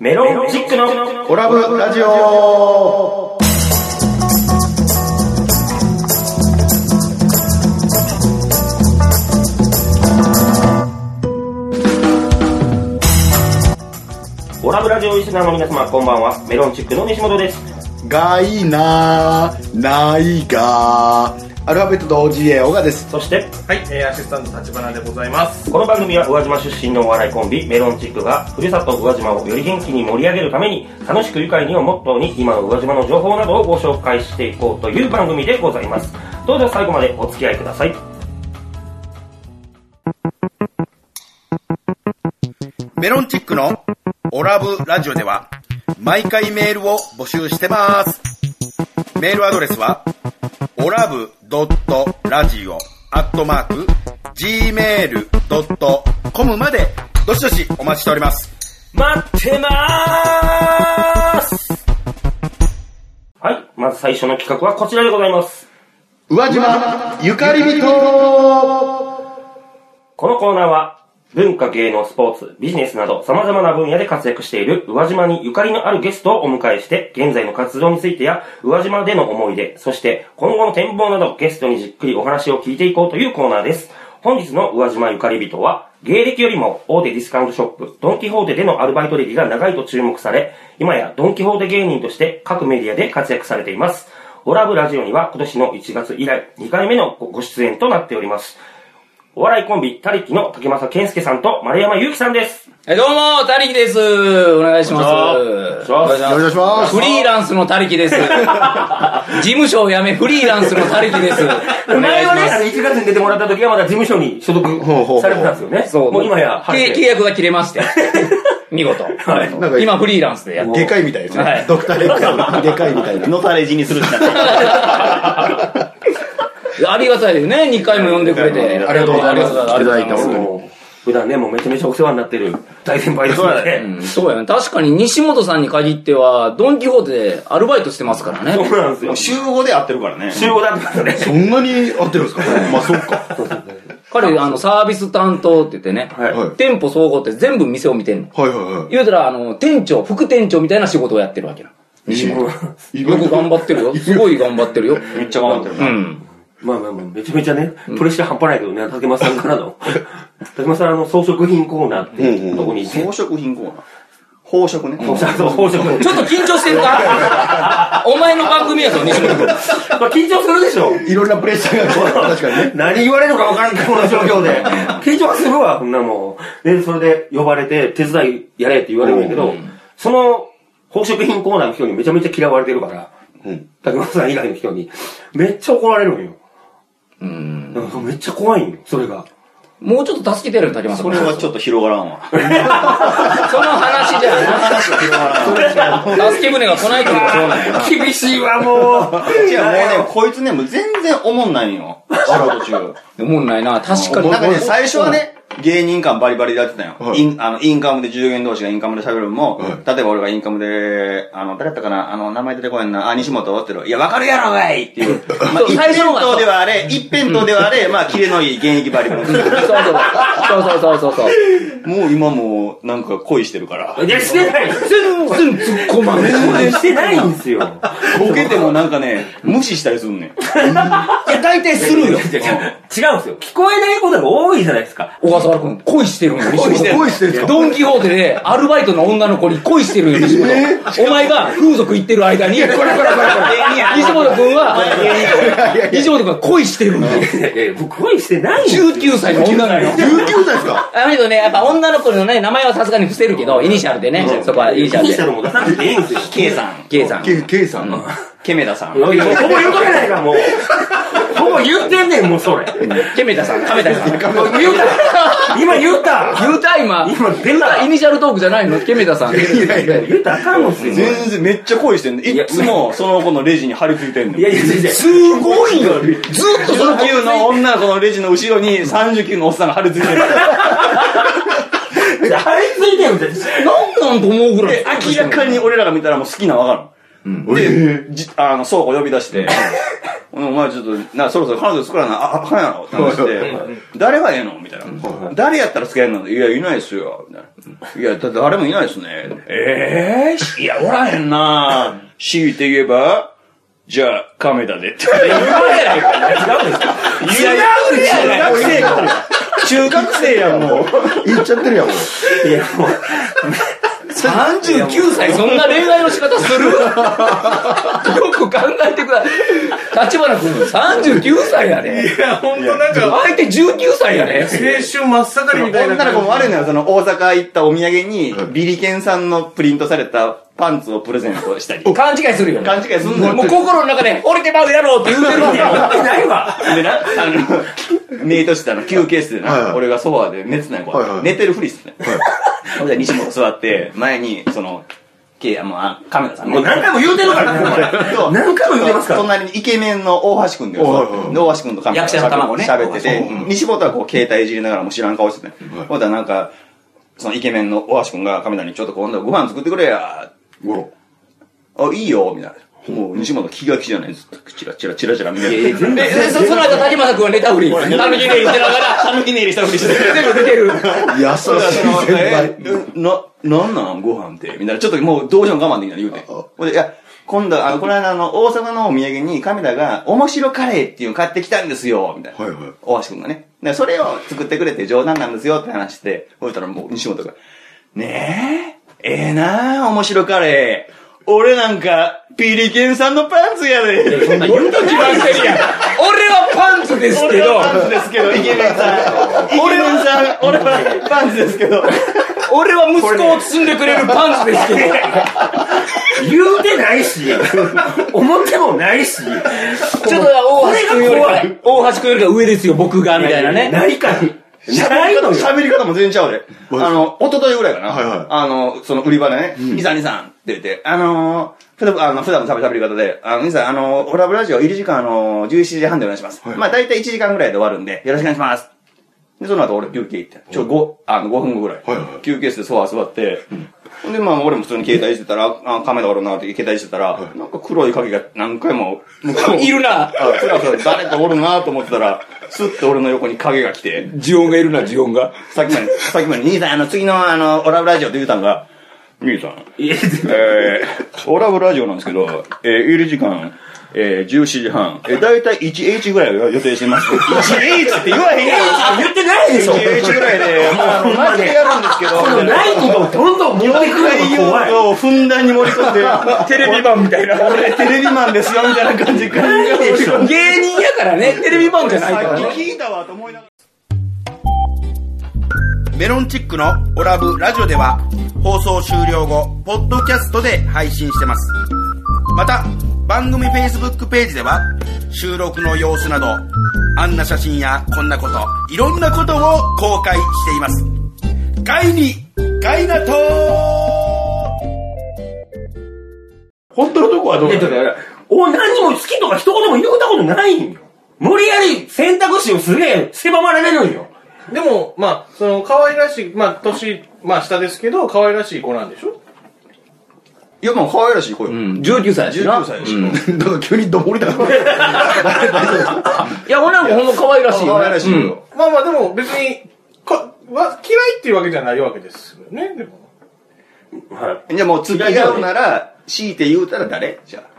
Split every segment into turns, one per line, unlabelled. メロンチックの
オラブラジオ
オラブラジオリスナーの皆様こんばんはメロンチックの西本です
がいいなないがアルファベットと OGA オガです
そして
はい、えー、アシスタント立花でございます。
この番組は宇和島出身のお笑いコンビメロンチックがふるさと宇和島をより元気に盛り上げるために楽しく愉快にをモットーに今の宇和島の情報などをご紹介していこうという番組でございますどうぞ最後までお付き合いください
メロンチックのオラブラジオでは毎回メールを募集してます。メールアドレスはオラブドットラジオアットマーク gmail.com までどしどしお待ちしております。
待ってまーすはいまず最初の企画はこちらでございます
宇和島ゆかりびと
このコーナーは、文化、芸能、スポーツ、ビジネスなど様々な分野で活躍している宇和島にゆかりのあるゲストをお迎えして、現在の活動についてや、宇和島での思い出、そして今後の展望などゲストにじっくりお話を聞いていこうというコーナーです。本日の宇和島ゆかり人は、芸歴よりも大手ディスカウントショップ、ドンキホーテでのアルバイト歴が長いと注目され、今やドンキホーテ芸人として各メディアで活躍されています。オラブラジオには今年の1月以来2回目のご出演となっております。お笑いコンビ、タリキの竹正健介さんと丸山祐樹さんです。
えどうも、たりきです。お願いします。
お願いし
よろしくお願いします
フリーランスのたりきです。事務所を辞め、フリーランスのたりきです。お
前
願いし
はね、
ま
あの、1月に出てもらった時はまだ事務所に所属
ほうほう
されてたんですよね。
す。そう。
もう今や、
契
はい
契約が切れまして。見事。
はい。
なんか
今、フリーランスでやって
でかいみたいですね、
はい
ドクター X のでかいみたいな
のたれ死にするしかない。
ありがたいですね。2回も呼んでくれて。
ありがとうございます
ありがとうございま
いただいて
す
本当に
もう普段ね、もうめちゃめちゃお世話になってる大先輩ですので。
うんそうやね。確かに西本さんに限っては、ドンキホーテでアルバイトしてますからね。
そうなんですよ。
週5で会ってるからね。
集合だったんです
そ
ね。
んなに合ってるんですかまあそっか
彼、あの、サービス担当って言ってね。
はい。
はい
店舗総合って全部店を見てんの。
はいはいは
言うたら、あの、店長、副店長みたいな仕事をやってるわけな。西本。よ
いよ
く頑張ってる よ。すごい頑張ってるよ。
めっちゃ頑張ってる
う
な。
ん。
まあまあまあ、めちゃめちゃね、プレッシャー半端ないけどね、竹間さんからの。竹間さん、あの、装飾品コーナーっていうとこに行って、
宝飾品コーナー。宝飾ね。
そうそう装飾 品。
ちょっと緊張してる かお前の番組やぞ、西本 君。
まあ緊張するでしょ。
いいろんなプレッシャーが確かにね
何言われるか分からんけど、この状況 で。緊張するわ、こんなもん。で、それで呼ばれて、手伝いやれって言われるんやけど、その、宝飾品コーナーの人にめちゃめちゃ嫌われてるから、
うん
竹本さん以外の人に、めっちゃ怒られるんよ。
うん。
なんかめっちゃ怖いんよ、それが。
もうちょっと助けてやるよ、竹山さん。
これはちょっと広がらんわ。
その話じゃない。助け舟が来ないというそうなんだ
厳し いわ、もう。
いや、もうね、こいつね、もう全然おもんないんよ。仕事中。
おもんないな。確かに。
なんかね、最初はね、芸人間バリバリでやってたよ。
はい
インあのインカムで従業員同士がインカムで喋るのも、
はい
例えば俺がインカムで、あの、誰やったかな、あの、名前出てこへんな、あ、西本って言うのいや、わかるやろがいっていう。まあ、
そう
一辺
最初の方が
倒ではあれ、一辺倒ではあれ、まあ、キレのいい現役バリバリ。
そうそうそうそうそうそう。
もう今もう、なんか恋してるから。
いや、してない。
全然突っ込まんね
してないんですよ。
ボケてもなんかね、無視したりすんねん。
いや、大体するよ。
違うんですよ。聞こえないことが多いじゃないですか。
小笠原君、恋してるんよ、西本
恋してるんですか
ドン・キホーテでアルバイトの女の子に恋してるよ、西本。お前が風俗行ってる間に、これこれこれこれ。 西本君は、西本君は恋してるんよ。
いやいや、僕恋してないんですよ。
19歳の女なのよ。
19歳ですか
あの人ね、やっぱ女の子のね、名前はさすがに伏せるけど、イニシャルでね、そこはイニシャル
イニシャ
で。
ルも出さなくていいんですよ。
K さん、
K さん。
ケケイさんの
ケメダさん
い。やいやほぼ言うとけないから、もう。ほぼ言ってんねん、もうそれ。
ケメタさん、カメタさん。言
言うた今言った
うた今。
今出た
イニシャルトークじゃないのケメタさん。
いやいやいや
言ったらあかんのっすよ。
全然めっちゃ恋してんねん。いっつもその子のレジに張り付いてんねん。
いやいや、全然。
すごいよ。
ずっとその
19の女の子のレジの後ろに39のおっさんが張り付いてる。
あれついてるんですよ。
何なんと思うぐらい。
明らかに俺らが見たらもう好きなのわかる。で、じあの、倉庫呼び出して、うん、お前ちょっと、な、そろそろ彼女作らな、あ、あかんやろって話して、誰がええのみたいな。誰やったら付き合えるのいや、いないですよ。みたいな。いや、だ誰もいないですね。ええいや、おらへんな強いて言えば、じゃあ、亀田でって。言わへん違うんですか違うでしょ中学生や中学生やん、もう。
言っちゃってるやん、もう。
いや、もう、
39歳、そんな恋愛の仕方す るよく考えてください。立花君、39歳やね。
いや、ほんとなんか、
相手19歳やね。
青春真っ盛りみたいな
女の
感
子
じ。
もあるのよ、その大阪行ったお土産に、ビリケンさんのプリントされたパンツをプレゼントしたり。
勘違いするよね。
勘違いすんのよ
もう心の中で、折れてまうやろうって言うてるのに。
ないわ。
でな、あの、メイト室でな、休憩室でな、
はいはい
俺がソファーで寝てたんや、こう
はいはい
寝てるふりしてたんや。 ほんで西本座って、前に、その、けいや、もう、あ、カメラさんね。
もう何回も言うてるからね、これ。
そう
何回も言ってますから
隣にイケメンの大橋くんで、
はいはいはい
で大橋くんとカメラ
役者の卵ね
喋ってて
そう、
西本はこう、携帯いじりながらもう知らん顔してて、ほんだらなんか、そのイケメンの大橋くんがカメラにちょっと今度ご飯作ってくれや、
うわ
あ、いいよ、みたいな。もう、西本気が気じゃないずっと、チラチラチラチラ見なが
いやいや全
で、でそその後、立花君はネタ振り。たぬき寝入りしてながら、たぬき寝入りしたふりして。全部出てる。
優しい
だからその、
先輩
え。な、なんなんご飯って。みたいな。ちょっともうどうしても我慢できない言うて。ほんで、いや、今度、あの、この間あの、大阪のお土産に、神田が、面白カレーっていうの買ってきたんですよ、みたいな。
はいはい
大橋くんがね。でそれを作ってくれて冗談なんですよって話して、ほいたらもう、西本が、ねえ、ええなあ、面白カレー。俺なんか、ピリケンさんのパンツやで。
そんな言うと決まってるやん。俺はパンツですけ
俺
ど
は、パンツですけど、イケメンさん。イケメンさん、俺はパンツですけど。
俺は息子を包んでくれるパンツですけど。
言うてないし、思ってもないし、
ちょっと大橋君よりか、大橋君よりか上ですよ、僕が、みたいなね。
ないから、な
喋
い
り方
のよ。
喋り方も全然ちゃうで。
マジ
あの、一昨日ぐらいかな。
はいはい
あの、その売り場でね、兄さん兄さんって言って、あのー、普段、あの、普段の喋り方で、あの、兄さん、あの、オラブラジオ入り時間、あの、17時半でお願いします。まあ、大体1時間ぐらいで終わるんで、よろしくお願いします。で、その後俺休憩行って、ちょ、ご、あの、5分後ぐらい
はいはい。
休憩室でソファー座って、で、まあ、俺も普通に携帯してたら、あ、カメラおるなって携帯してたら、なんか黒い影が何回も、向こう
いる
あ
な。
ふらふら誰かおるなと思ってたら、スッと俺の横に影が来て、
ジオンがいるな、ジオンが。
さっきまで、さっきまで、兄さん、あの、次の、あの、オラブラジオで言うたんが、兄さん、
いや
えー、オラブラジオなんですけど、えー、入り時間、えー、17時半、えー、だいたい 1H ぐらいを予定してます。1H って言わへんや
言ってないでしょ。
ん !1H ぐらいで、もう、あの、マジでやるんですけど、
このないことをどんどん持ってくるのが怖い。
をふんだんに盛り込んで、テレビマンみたいな。俺、テレビマンですよ、みたいな感じか。
ないでしょ。
芸人やからね、テレビ番じゃないから
さっ
ね。
き聞いたわ、と思いながら。
メロンチックのオラブラジオでは放送終了後、ポッドキャストで配信してます。また、番組フェイスブックページでは収録の様子など、あんな写真やこんなこと、いろんなことを公開しています。ガイに、ガイナトー
本当のとこはどうだから、お、何にも好きとか一言も言うたことないんよ。無理やり選択肢をすげえ、捨てばまられるんよ。
でも、まあ、その、可愛らしい、まあ、年、まあ、下ですけど、可愛らしい子なんでしょ
いや、もう可愛らしい声。
うん、19歳やしな。
19歳でしょ。
だから急にどもりだから。
いや、女の子ほんと可愛らしいよね。
可愛らしい
うん
よ。
まあまあ、でも別に、か、わ、嫌いっていうわけじゃないわけですよね、でも。
は
じゃあもう付き合うなら、強いて言うたら誰じゃあ。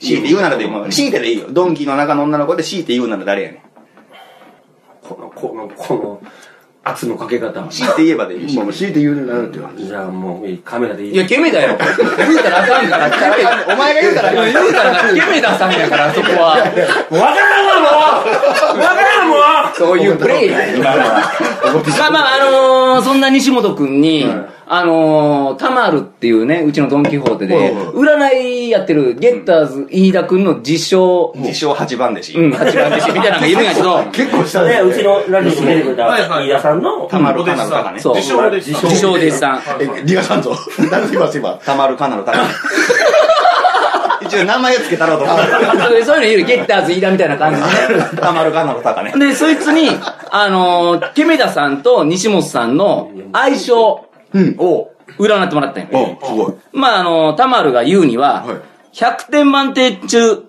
強いて言うならでも、強いてでいいよ。ドンキの中の女の子で強いて言うなら誰やねん。
い。この、この、この、圧のかけ方。
強いて言えばでいいし。
まあまあ、強いて言うなるっていう話。
じゃあもう、いいカメラでいい。
いや、ケメだよ。言うたらあかんから、 ケメ
お前が言うたら、
言うたら、ケメダさんやから、そこは。
わからんわ、もうわからんもう
そういうプレイや今のはまあまあ、 あのー、そんな西本くんに、あのー、タマールっていうね、うちのドンキホーテ
はい
で、占いやってる、ゲッターズ飯田くんの自称、
自称8番弟子。
うん、八番弟子みたいなのがいるんやけ ど、
結構した
ね、
ね。
うちのラジオに出てくれた
はいはい
飯田さんの、
たまるかな
お
の
弟子さん
たかね。
そう
自称でした。
自称お弟子 さん。
え、リアさんぞ。何すいません、今。
たまるかなのた か。一応名前を付けたろうと思っ
そういうの言うゲッターズ飯田みたいな感じで。
て。たまるかなのたかね。
で、そいつに、あのー、ケメダさんと西本さんの相性を占ってもらったん
う
や。
ん、すごい。
まあ、あのー、タマルが言うには、
はい
100点満点中、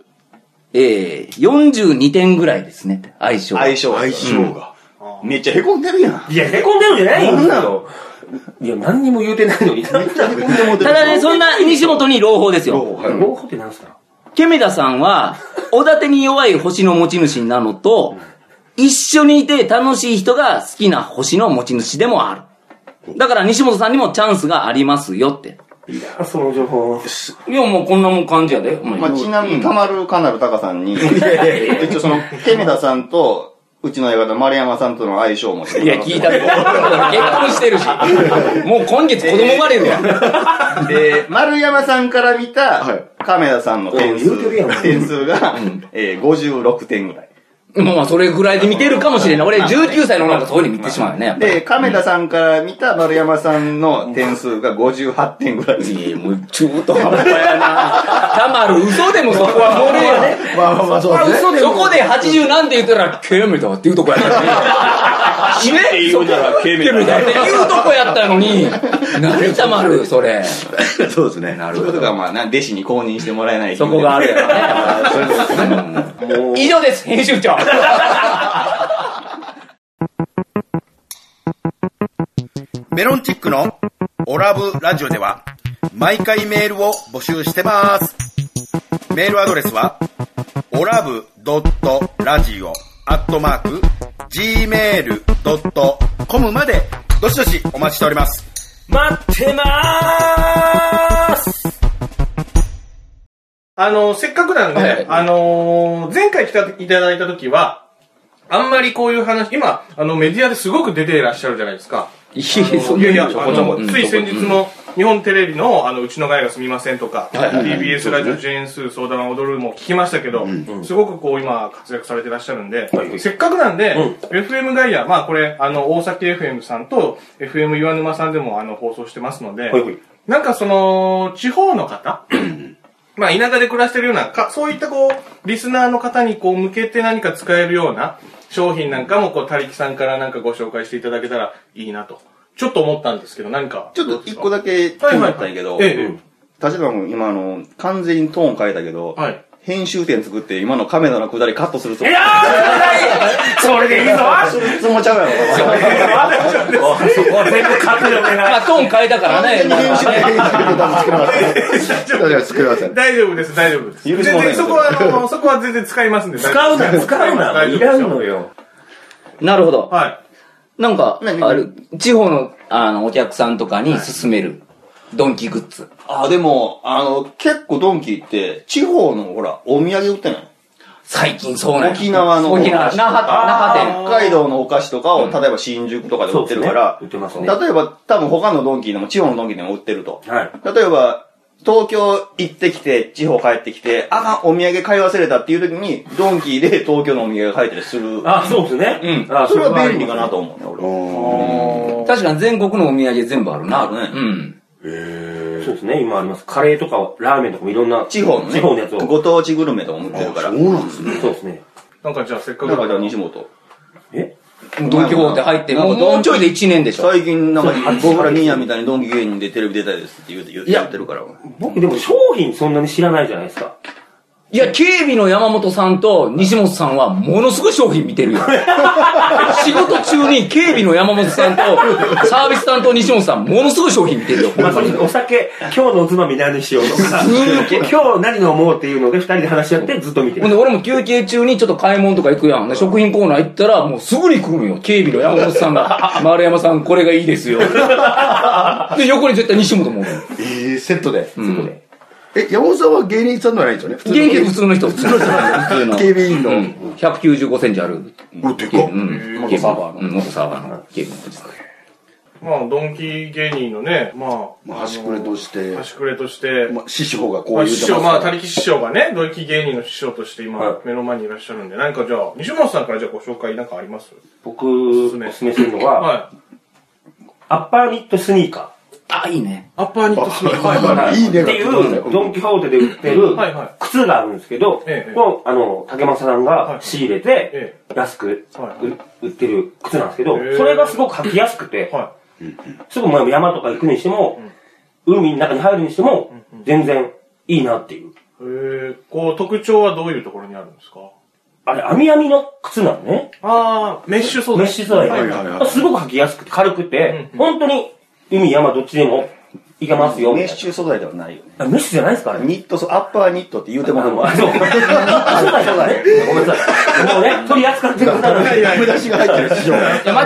えー、42点ぐらいですね、相性。
相性。相性が。
めっちゃ凹んでるやん。
いや、凹んでるんじゃないんですよ。いや、何にも言うてないのに。なんだろう
ただね、そんな西本に朗報ですよ。
老後って何すか
ケメダさんは、おだてに弱い星の持ち主なのと、一緒にいて楽しい人が好きな星の持ち主でもある。だから西本さんにもチャンスがありますよって。
いや、その情報。
いや、もうこんなもん感じやで。お前
まあ、ちなみに、たまるかなるたかさんに、一応その、ケメダさんと、うちの相方、丸山さんとの相性も。
いや、聞いたで。結婚してるし。もう今月子供生まれるやん。
で、丸山さんから見
は
た
い、
亀田さんの点
うん言うてるやん
数、点数が、えー、56点ぐらい。
もうまあそれぐらいで見てるかもしれない。俺19歳のなんかそういうふうに見てしまうよね。やっぱり
で、亀田さんから見た丸山さんの点数が58点ぐらい。
いやもう中途半端やな。たまる嘘でもそこは漏れやね。
まあまあまあ、そうですね。
嘘でもそこで80なんて言ったら、ケメだっていうとこやったのに。ねそこはケメ だっていうとこやったの に。何たまるそれ。
そうですね。なる
そういうことが、まあ、な弟子に公認してもらえない。
そこがあるやろ ねうん。以上です、編集長。
メロンチックのオラブラジオでは毎回メールを募集してます。メールアドレスはオラブドットラジオアットマーク gmail.com までどしどしお待ちしております。
待ってまーす
あの、せっかくなんで、あのー前回来た、いただいた時は、あんまりこういう話、今、あの、メディアですごく出ていらっしゃるじゃないですか。
いや、そ
いやいや、あの、つい先日の日本テレビの、あの、うちのガイがすみませんとか、TBS ラジオジェーンスー相談は踊るも聞きましたけど、すごくこう今活躍されてらっしゃるんで、せっかくなんで、FM ガイア、まあこれ、あの、大崎 FM さんと FM 岩沼さんでもあの、放送してますので、なんかその、地方の方、まあ、田舎で暮らしてるような、か、そういったこう、リスナーの方にこう、向けて何か使えるような商品なんかも、こう、たりきさんからなんかご紹介していただけたらいいなと。ちょっと思ったんですけど、何か。
ちょっと一個だけ、気
はい
に
は
ないったんやけど、
ええ、
立場も今、あの、完全にトーン変えたけど、
はい。
編集点作って、今の亀田のくだりカットするつもり。
やーそれでいいぞ
するつもりちゃうやろ。
そこは全部カットでお願
まあトーン変えたからね。
編集編集で作ります。大丈夫作ります。
大丈夫です、大丈夫です。
許
全
しもない
然そこは、あの、そこは全然使いますんで。
使うな、使うな。
大
い
丈夫で
ら
す
ん
よ
のよ。
なるほど。
はい。
なんか、ある、地方の、あの、お客さんとかに勧める、ドンキグッズ。
あ、でも、あの、結構ドンキって、地方のほら、お土産売ってない
最近そうなんや
沖縄の
沖縄、那覇、那覇
北海道のお菓子とかを、例えば新宿とかで売ってるから、
そうですね売ってますね
例えば、多分他のドンキでも、地方のドンキでも売ってると。
はい。
例えば、東京行ってきて、地方帰ってきて、あかん、お土産買い忘れたっていう時に、ドンキで東京のお土産買えたりする。
あ、そうですね。
うん。
あ
それは便利かなと思うね、俺。
店。確かに全国のお土産全部あるな。
あるね
うん。
そうですね、今あります。カレーとか、ラーメンとかもいろんな。
地方のね、
地方のやつを。
ご当地グルメとかも売ってるから。
そうなんですね。
そうですね。
なんかじゃあせっかく
だ
だ
か、じ
から
ゃあ
ら。
西本。
え
ドンキホーテ入って、
なん
も
か
う、もうちょいで1年でしょ。
最近なんか僕らニーヤみたいにドンキ芸人でテレビ出たいですって言うて言うてやってるから
僕でも商品そんなに知らないじゃないですか。
いや、警備の山本さんと西本さんは、ものすごい商品 見てるよ。仕事中に警備の山本さんと、サービス担当西本さん、ものすごい商品見てるよ。
まあ、それお酒、今日のおつまみ何にしようとか、 今日何飲もうっていうので、二人で話し合ってずっと見て
ほん
る。
で、俺も休憩中にちょっと買い物とか行くやん。で食品コーナー行ったら、もうすぐに来るのよ。警備の山本さん が。丸山さん、これがいいですよ。で、横に絶対西本もおる。
えー、セットで。
うん。
え、山本さんは芸人さんではないんですよね。普
現役普通の人。普通の人。
警備員の。
うん。195センチある。
うわでかっ
うん。元サーバーの。うん、元サーバーの。警備の人です。
まあ、ドンキ芸人のね、まあ、
まあ、端くれとして、
端くれとして、
まあ、師匠がこ
ま
う
あ、
言
師
うてます
匠、まあ、
か
た
ら。
りき師匠がね、ドンキ芸人の師匠として
は
今、目の前にいらっしゃるんで、何かじゃあ、西本さんからじゃあご紹介なんかあります
僕、おすすめするのは、
はい。
アッパーニットスニーカ
あ、いいね。
アッパーニットスニーカー。はいはい。
ー。
いいね
っていう、ドンキホーテで売ってる
はいはい
靴があるんですけど、
ええ
もう、あの、竹正さんが仕入れて
え、
安く
はい
売ってる靴なんですけど
へ、え
それがすごく履きやすくて、
は
すぐまあ山とか行くにしても、海の中に入るにしても、全然いいなっていう。
い。へえ。こう、特徴はどういうところにあるんですか
あれ、網網の靴なのね。
ああ、メッシュ素材。
メッシュ素材
はいはいはい。
が。すごく履きやすくて、軽くて、
うん
本当に海、山、どっちでも行けますよ。み
メ
た
ッ
いな
シュ素材ではないよね。
あメッシュじゃないですかあれ。
ニット素、アッパーニットって言うてもらうわ。
そう。そうだよね。ごめんなさい。もうね、取り扱ってください。
無駄しが入ってる市場
いや間違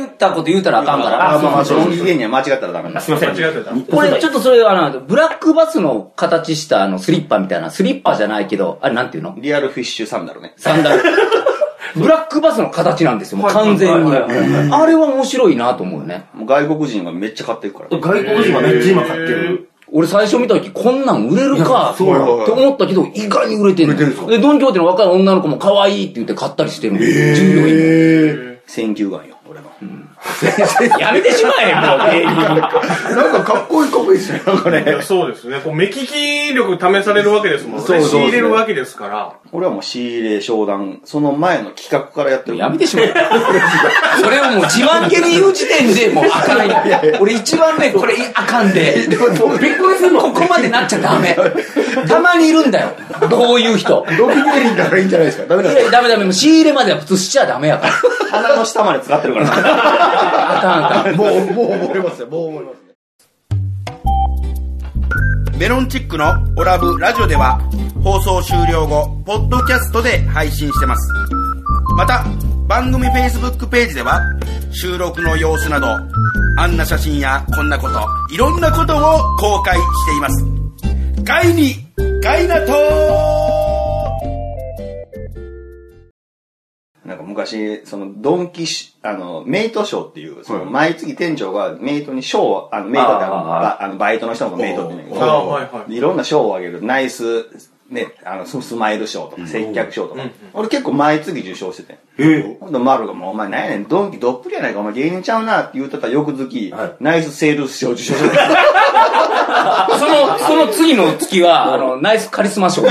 えたこと言うたらあかんから。
あ、まあまあ、論議芸人は間違ったらダメだ
す。いません。
間違ってた
日
こ
本世
れ
代
ちょっとそれあのブラックバスの形したあのスリッパみたいなスリッパじゃないけどあれなんていうの
リアルフィッシュサンダルね。
サ ンダルブラックバスの形なんですよもう完全に
はい
あ
はいはい
れは面白いなと思うよね
もう外国人がめっちゃ買っていくから。
外国人がめっちゃ今買ってる。
俺最初見た時こんなん売れるかって思ったけど意外に売れてんのでドン・キホーテの若い女の子も可愛いって言って買ったりしてるの従業員
選球眼よ、俺の。
やめてしまえもう芸人
なんかかっこいいコメですね。これ。
いやそうですね。こう、目利き力試されるわけですもんね。
そうそうそう
仕入れるわけですから。
俺はもう仕入れ、商談、その前の企画からやってる。
やめてしまえ。 それをもう自慢げに言う時点でもうあかんよ。俺一番ね、これあかんで。びっくりするのここまでなっちゃダメ。たまにいるんだよ。どういう
ド
人。
キュメリーだからいいんじゃないですか。ダメ
い
なんです
やダメダメ。もう仕入れまでは普通しちゃダメやから。
鼻の下まで使ってるからな。
あかんあかん。
か。もう、もう思いますよ。もう思います。
メロンチックのオラブラジオでは放送終了後、ポッドキャストで配信してます。また、番組 Facebook ページでは収録の様子など、あんな写真やこんなこと、いろんなことを公開しています。ガイに、ガイナトー
なんか昔、その、ドンキシ、あの、メイト賞っていう、その、毎月店長がメイトに賞を、あの、メイトってあのばあの、バイトの人のことメイトって言うんだけ
あ
ど
あ、はいはい。
いろんな賞をあげる。ナイス、ね、あの、ススマイル賞とか、接客賞とか。俺結構毎月受賞してて。
え
今度丸がもうお前何やねん、ドンキどっぷりやないか、お前芸人ちゃうなって言ってた翌月、ナイスセールス賞受賞してた。
その、その次の月は、あの、ナイスカリスマ賞。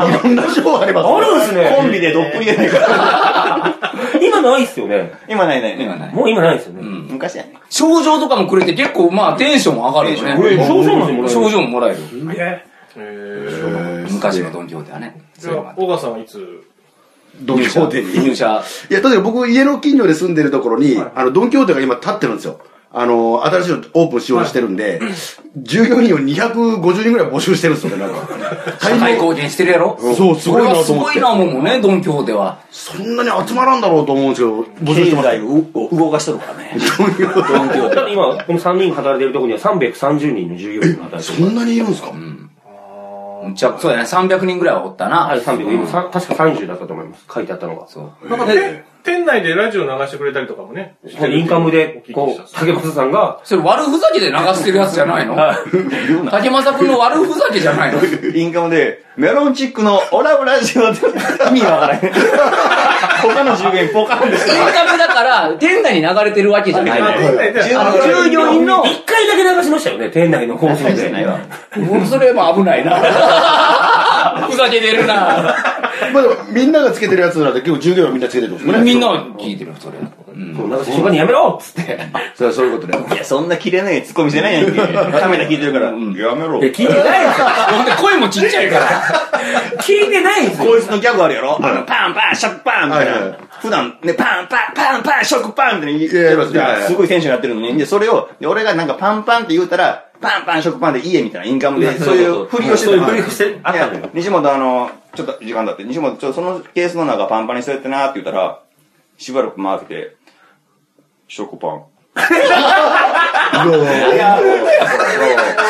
いろんな賞あります。
あるんですね。
コンビでどっぷりやないか。
今ないっすよね。
今ないない
今
ね。
ない
もう今ないっすよね。
昔やね。
賞状とかもくれて結構まあテンションも上がるよ
これ
ね。
症状までもらえる
賞状ももらえる。
え
昔のドン・キホーテはね。
ー、じゃあ、小川さんはいつ
ドンキホーテに。
入社。
いや、例えば僕、家の近所で住んでるところに、あの、ドンキホーテが今立ってるんですよ。あの、新しいのオープンしようとしてるんで、従業員を250人ぐらい募集してるんですよね、なんか。
社会貢献してるやろ
そうすごいなと思って
これはすごいなもんね、ドン・キホーテは。
そんなに集まらんだろうと思うんですけど、募集し
経
てます。
済を動かしとるからね。
だって今、この3人が働いてるところには330人の従業員が働いて
そんなにいるんですか、
むちゃそうやね、300人ぐらいはおったな。
る。はい、300、今、さ確か30だったと思います。書いてあったのが。
そう。
なんかね、店内でラジオ流してくれたりとかもね。してる
インカムで、こ
お聞き
う、
した
竹正さんが、
それ悪ふざけで流してるやつじゃないの竹正くんの悪ふざけじ ゃないの
インカムで、メロンチックのオラブラジオって意味わからへん。他の従業員ポカンです
インカムだから、店内に流れてるわけじゃない
あ
の。
店内で、
従
あ
あの
業
従
員
業員の、
一回だけ流しましたよね、店内の放送
じゃない
で。
わ。
もうそれも危ないな。 ふざけてるな。
まあでも、みんながつけてるやつなんで、結構従業員はみんなつけてるんですもんね。
みんな聞いてる、それ。
そうなんか、職場にやめろっつって。
それはそういうことで。
いや、そんな切れないツッコミしてないやんけ。カメラ聞いてるから、やめろ
いや、聞いてないですよ。
ほんで声もちっちゃいから。
聞いてないですよ。
こいつのギャグあるやろあの、パンパン、ショックパンみたい
はいはい
な。普段ね、パンパン、パンパン、ショックパンみたいな
ややりますねはいはい
すごいテンションやってるのに。で、それを、で俺がなんかパンパンって言うたら、パンパン、ショックパンで家みたいなインカムで、そういうふりをして
そうい
た
うふりをしてあったのよ
いや西本あの、ちょっと時間だって、西本、ちょっとそのケースの中パンパンにしてってなって言ったら、しばらく回ってて、ショックパン。いや、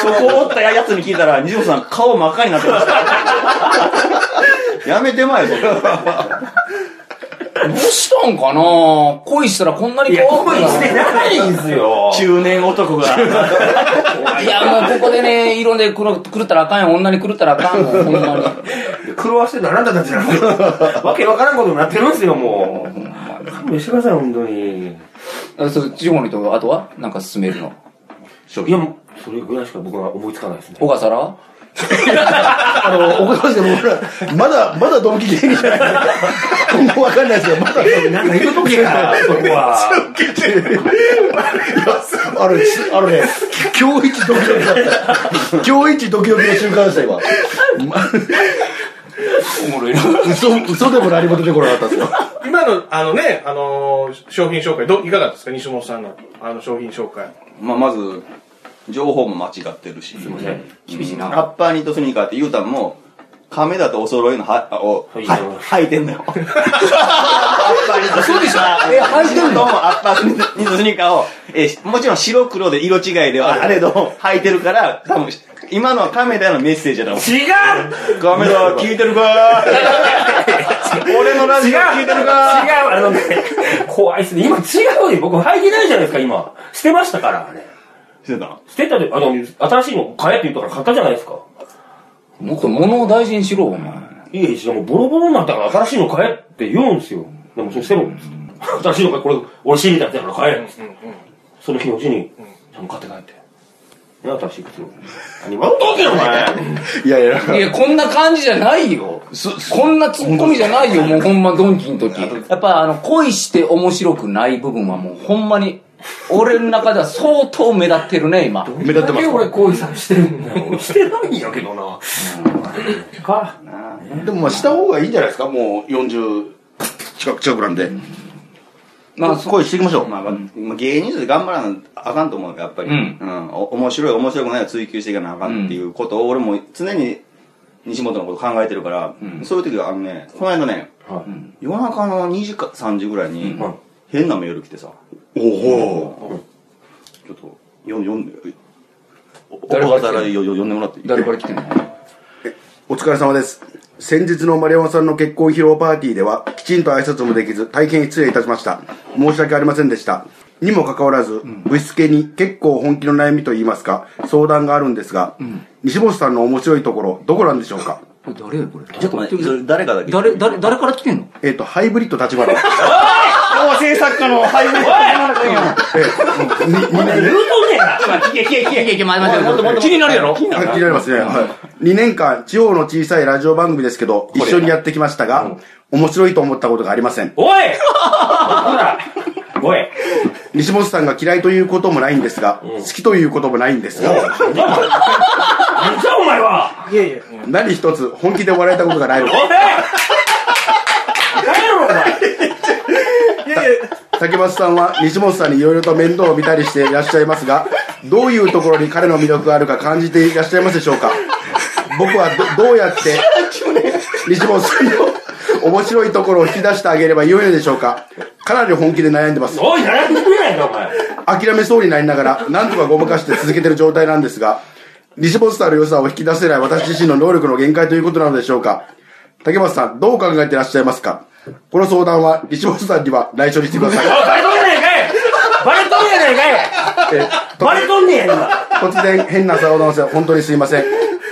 そこおったやつに聞いたら、西本さん顔真っ赤になってま した。やめてまえぞ。
どうしたんかな恋したらこんなに変わった
してないんですよ。
中年男が。
いや、もうここでね、色で狂ったらあかんよ。女に狂ったらあかんもん、ほんまに。
苦労はしてるのあなたたちなんですよ。わけわからんことになってるんですよ、もう。勘弁してください、本当に。
あそう、地方の人、あとはなんか進めるの。
いや、もうそれぐらいしか僕は思いつかないですね。
小笠原は
あの、岡田さんも僕ら、まだ、まだドンキ芸人じゃ ない。今後わかんないですけど、まだ。
なんか言うときやから、そこは。
あれ、すあのね、 今日一ドキドキだった。今日一ドキドキの瞬間でした、今。 嘘、嘘でも何も出てこなかったですよ。
今の、あのね、あのー商品紹介、ど、いかがですか西本さんの、あの、商品紹介。
まあ、まず、情報も間違ってるし。すみません。厳しいな。ハッパーニットスニーカーって言うたんも、亀だとお揃いのは、あを、はい、履いてん のよ。ハッパーニットスニーカー。そうでしょえ、履いてんのハッパーニットスニーカーを、えーもちろん白黒で色違いではあれど、履いてるから、多分、今のは亀田のメッセージだもん。
違う
亀田、聞いてるか 俺のラジオ聞いてるか
違うあのね、怖いっすね。今違うよ。僕履いてないじゃないですか、今。捨てましたから、あれ。
してたの
捨てたで、あの、新しいの買えって言ったから買ったじゃないですか。
もっと物を大事にしろ、お前。
いやいや、もうボロボロになったから新しいの買えって言うんですよ。でも、それ捨てろっつって。新しいの買え、これ、俺知りたいやつだから買えっつって。その日のうちに、ちゃんと買って帰って。ね新しい靴を。何笑うとんねん、お前。
いやいや、
いや、こんな感じじゃないよ。こんなツッコミじゃないよ、もうほんまドンキの時。
やっぱあの、恋して面白くない部分はもうほんまに、俺の中では相当目立ってるね、今。
目立ってます。
俺、こういうさしてるんだよ。してないんやけどな。か。
でもまあした方がいいんじゃないですかもう40近く近くなんで、
まあ、そ
恋していきましょう。まあ、まあまあ芸人として頑張らなあかんと思うよやっぱり。
うん
お面白い、面白くないを追求していかなあかんっていうことを、俺も常に西本のこと考えてるから、そういう時は、あのね、この間ね、うん夜中の2時か3時ぐらいに、変なメール来てさ、
おお
ちょっと、読ん読んで、おおからよよ呼んでもらっていい
誰から来てんの
お疲れ様です先日の丸山さんの結婚披露パーティーではきちんと挨拶もできず大変失礼いたしました申し訳ありませんでしたにもかかわらず、ぶしつけに結構本気の悩みといいますか相談があるんですが、西本さんの面白いところどこなんでしょうか
これ誰よ、これ。
ちょっと待って、それ誰かだけ。
誰、誰、誰から来てんの
えっ、とハイブリッド立花
構制作家の配分
言うとんねんな。
いやいやいやいやいや、待って待って待って。気になるやろ
はい気になりますね。はい。2年間、地方の小さいラジオ番組ですけど、一緒にやってきましたが、面白いと思ったことがありません。
おいほらおい
西本さんが嫌いということもないんですが、好きということもないんですが、
なんじゃお前は。
いやいや、
何一つ本気で笑えたことがないの
おい。帰ろお前。
竹松さんは西本さんにいろいろと面倒を見たりしていらっしゃいますが、どういうところに彼の魅力があるか感じていらっしゃいますでしょうか僕はどどうやって西本さんの面白いところを引き出してあげればよいのでしょうかかなり本気で悩んでます。
おい、悩んでくれないかお前。
諦めそうになりながら、なんとかごまかして続けてる状態なんですが、西本さんの良さを引き出せない私自身の能力の限界ということなのでしょうか竹松さん、どう考えていらっしゃいますかこの相談は、西本さんには内緒にしてください。
バレとんねんかいバレとんねんかい
え
バレとんねんや今。
突然、変な相談をして、本当にすいません。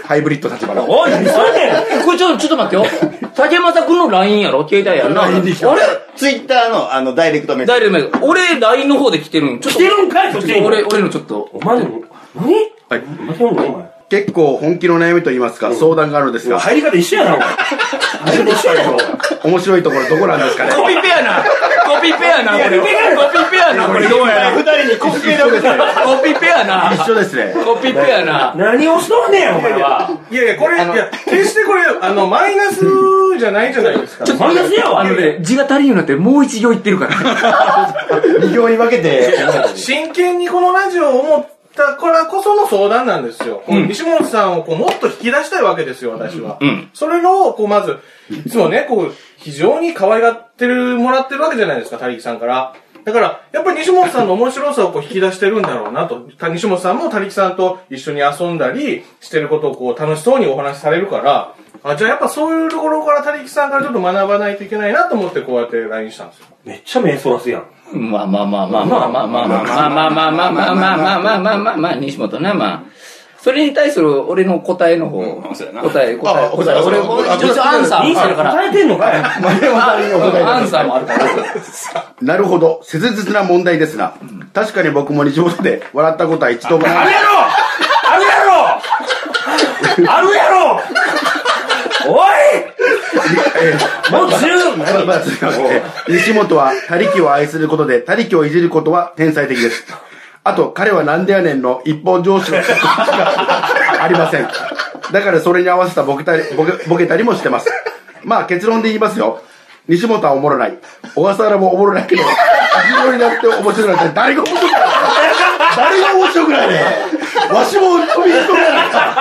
ハイブリッド立場の。
おい、何それねん
これちょっと、ちょっと待ってよ。竹正くんの LINE やろ携帯やんな。あれ
ツイッターの、あの、ダイレクトメッセー
誰でも俺 LINE の方で来てるん。ちょっ
来
と
てるんかいそっちに。
俺、俺のちょっと。
お前の、何はい。負けんのお前。
結構本気の悩みと言いますか、相談があるのですが、
入り方一緒やな、お前。入り方一緒やな、お前。
面白いところどこなんですかね
コピペやな。コピペやな、これ。コピペやな、これどうや。
ジ。二人にコピペだけ
コピペやな。
一緒ですね。
コピペやな。
何をしとんねん、お前は。
いやいや、これ、いや、決してこれ、あの、マイナスじゃないじゃないですか。
ちょっとマイナスやわ。
あのね、字が足りんようになってもう一行言ってるから。
二行に分けて。
真剣にこのラジオを思ったからこその相談なんですよ。西本さんをこうもっと引き出したいわけですよ、私は。それの、こう、まず、いつもね、こう、非常に可愛がってる、もらってるわけじゃないですか、たりきさんから。だから、やっぱり西本さんの面白さをこう引き出してるんだろうなと。た西本さんもたりきさんと一緒に遊んだりしてることをこう楽しそうにお話しされるから、あ、じゃあやっぱそういうところからたりきさんからちょっと学ばないといけないなと思ってこうやって LINE したんですよ。
めっちゃ目そらすやん。
まあまあまあまあまあまあまあまあまあまあまあまあまあまあまあまあまあ西本なまあそれに対する俺の答えの方答え答え答え俺も一応アンサー
いい
もあるから
答えてんのかい
アンサーもあるから
なるほど、切実な問題ですな。確かに僕も西本で笑ったことは一度もない
ある。やろあるやろあるやろおいもう十
まあ まあ、とにかくね西本は他力を愛することで、他力をいじることは天才的です。あと、彼はなんでやねんの一本上司の格好しかありません。だからそれに合わせたボケたり、ボケボケたりもしてます。まあ結論で言いますよ。西本はおもろない。小笠原もおもろないけど、自分になって面白くない。誰が面白くない誰が面白くないねわしも飛びにしとるやないか。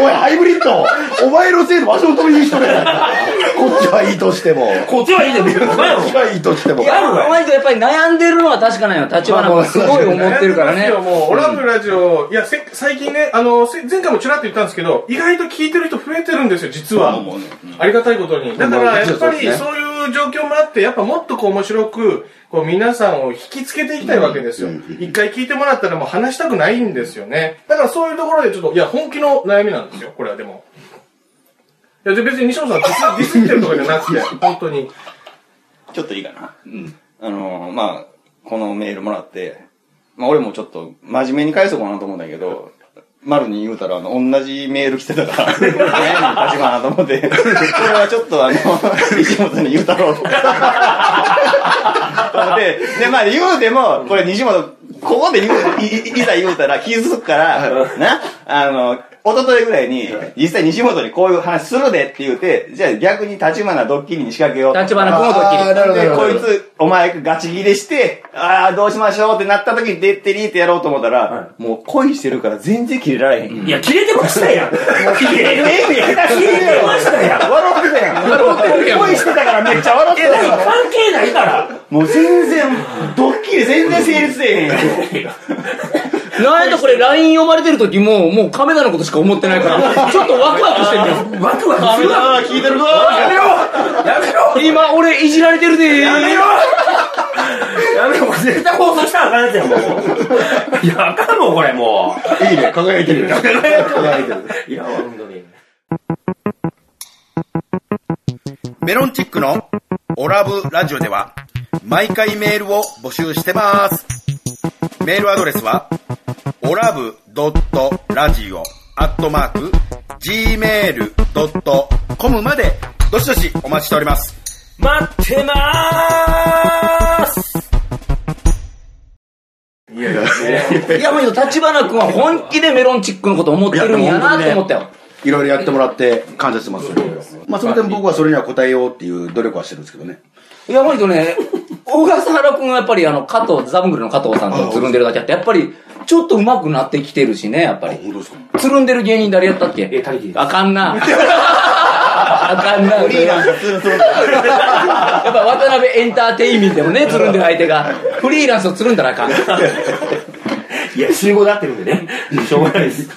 おい、ハイブリッド。お前のせいでわしも飛びにしとるやないか。こっちはいいとしても。こ
こっちはいいで、お前
っちはいいとしても。
お前とやっぱり悩んでるのは確かなんよ。立花君すごい思ってるからね。
もう、オラブラジオ、いや、せ最近ね、あの、せ前回もちらっと言ったんですけど、意外と聞いてる人増えてるんですよ、実は。ありがたいことに。だから、やっぱり、そういう状況もあって、やっぱもっとこう面白く、こう皆さんを引きつけていきたいわけですよ。一回聞いてもらったらもう話したくないんですよね。だからそういうところでちょっと、いや、本気の悩みなんですよ、これはでも。いや、で別に西本さんディスディスってるとかじゃなくて、本当 に。
ちょっといいかな。あのー、まあ、このメールもらって、まあ俺もちょっと真面目に返そうかなと思うんだけど、丸に言うたら、あの、同じメール来てたから、 悩みに立ちかなと思って、 これはちょっとあの、石本に言うたろうと思って。で、で、まあ言うても、これ西本、ここで言う、い、いいざ言うたら傷つくから、な、あの、一昨日ぐらいに、実際西本にこういう話するでって言うて、じゃあ逆に立花ドッキリに仕掛けよう。
立花君もドッキリ。
なるほどな
で、
るほ
こ
ど
いつ、お前がガチ切れして、ああ、どうしましょうってなった時に、でってりーってやろうと思ったら、もう恋してるから全然切れられへん。
いや、切れてましたやん。切れてましたやん。
笑ってたやん。恋してたからめっちゃ笑ってたやん。
関係ないから。
もう全然、ドッキリ全然成立せえへんやん。
なんやとこれ LINE 読まれてる時も、もうカメラのことしか思ってないから、ちょっとワクワクしてるよ。
ワクワクするわ。
ああ、聞いてるぞ
やめろやめろ
今、俺いじられてるで
やめろやめろもう絶対放送したらあかんやつやん、もう。いや、あかんもん、これ、も
いいね、輝いてる。輝いてる。
う。いや、本当に。
メロンチックのオラブラジオでは毎回メールを募集してます。メールアドレスはオラブドットラジオアットマーク gmail.com までどしどしお待ちしております。
待ってまーす
いや、もう立花君は本気でメロンチックのこと思ってるんやなと思ったよ。
いろいろやってもらって感謝してます。まあ、その点僕はそれには答えようっていう努力はしてるんですけどね。
いや、ほんとね、小笠原君はやっぱりあの、加藤、ザブングルの加藤さんとつるんでるだけあって、やっぱり、ちょっと上手くなってきてるしね、やっぱり。つるんでる芸人誰やったっけ
え、タリキです。
あかん な。あかんな。フリーランスつるやっぱ渡辺エンターテインメントでもね、つるんでる相手が。フリーランスをつるんだら あかん。
いや、集合で合ってるんで ね。しょうがないです。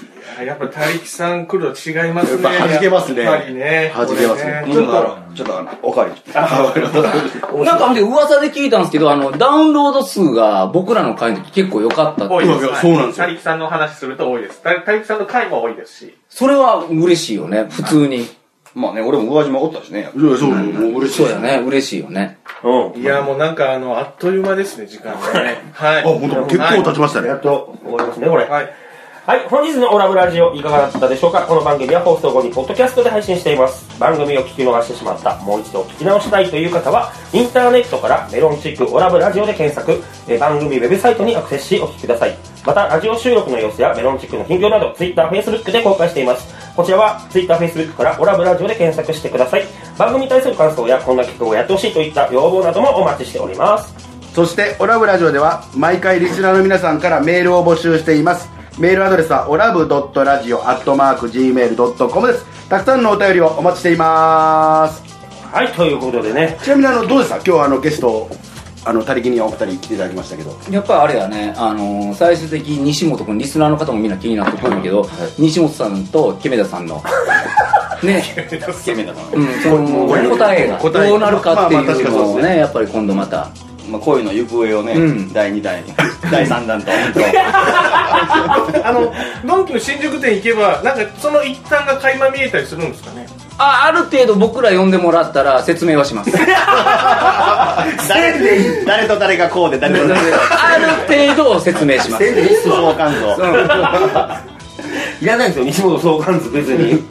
やっぱ大力さん来ると違いますね。
やっぱ弾けますね
やっぱりね。
弾けますね
これねちょっと、
ちょっとあの、おかわり。
なんかで噂で聞いたんですけど、あの、ダウンロード数が僕らの回の時結構良かったって。
多いです。
そうなんですよ
大力さんの話すると多いです。大大力さんの回も多いですし。
それは嬉しいよね、普通に。
まあね、俺も宇和島おったしね。
そうそう、もう嬉しい
そうやね、嬉しいよね。
うん。
いや、もうなんかあの、あっという間ですね、時間がね。はい。あ、
あ、本当結構経ちましたね。
やっと終わりますね、これ。
はい。
はい、本日のオラブラジオいかがだったでしょうかこの番組は放送後にポッドキャストで配信しています。番組を聞き逃してしまった、もう一度聞き直したいという方は、インターネットからメロンチックオラブラジオで検索、えー番組ウェブサイトにアクセスしお聞きください。また、ラジオ収録の様子やメロンチックの近況など、Twitter、Facebook で公開しています。こちらは Twitter、Facebook からオラブラジオで検索してください。番組に対する感想や、こんな企画をやってほしいといった要望などもお待ちしております。
そして、オラブラジオでは、毎回リスナーの皆さんからメールを募集しています。メールアドレスは、オラブドットラジオアットマーク Gmail.com です。たくさんのお便りをお待ちしています。
はい、ということでね、
ちなみに、あの、どうですか今日はあの、ゲスト、あの、他力にお二人来ていただきましたけど。
やっぱあれやね、あのー最終的に西本君、リスナーの方もみんな気になってくるけど、西本さんとケメダさ んの、ね、うん、その答えがどうなるかっていうのをね、やっぱり今度また。
まあ恋の行方をね、
うん
第2弾、 第3弾と。
あの、ドンキの新宿店行けば、なんかその一端が垣間見えたりするんですかね。
あ、ある程度僕ら呼んでもらったら説明はし ます。
誰誰と誰がこうで、誰と誰が。
ある程度説明し ます。
相関像。
いらないですよ、西本相関図、別に。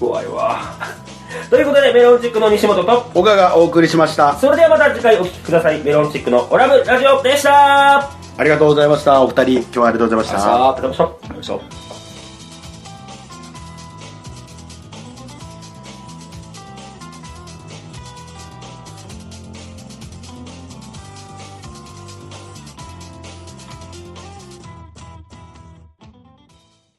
怖いわ。ということで、メロンチックの西本と、
岡がお送りしました。
それではまた次回お聴きください。メロンチックのオラブラジオでした
ありがとうございました。お二人、今日はありがとうございました。
ありがとうございました。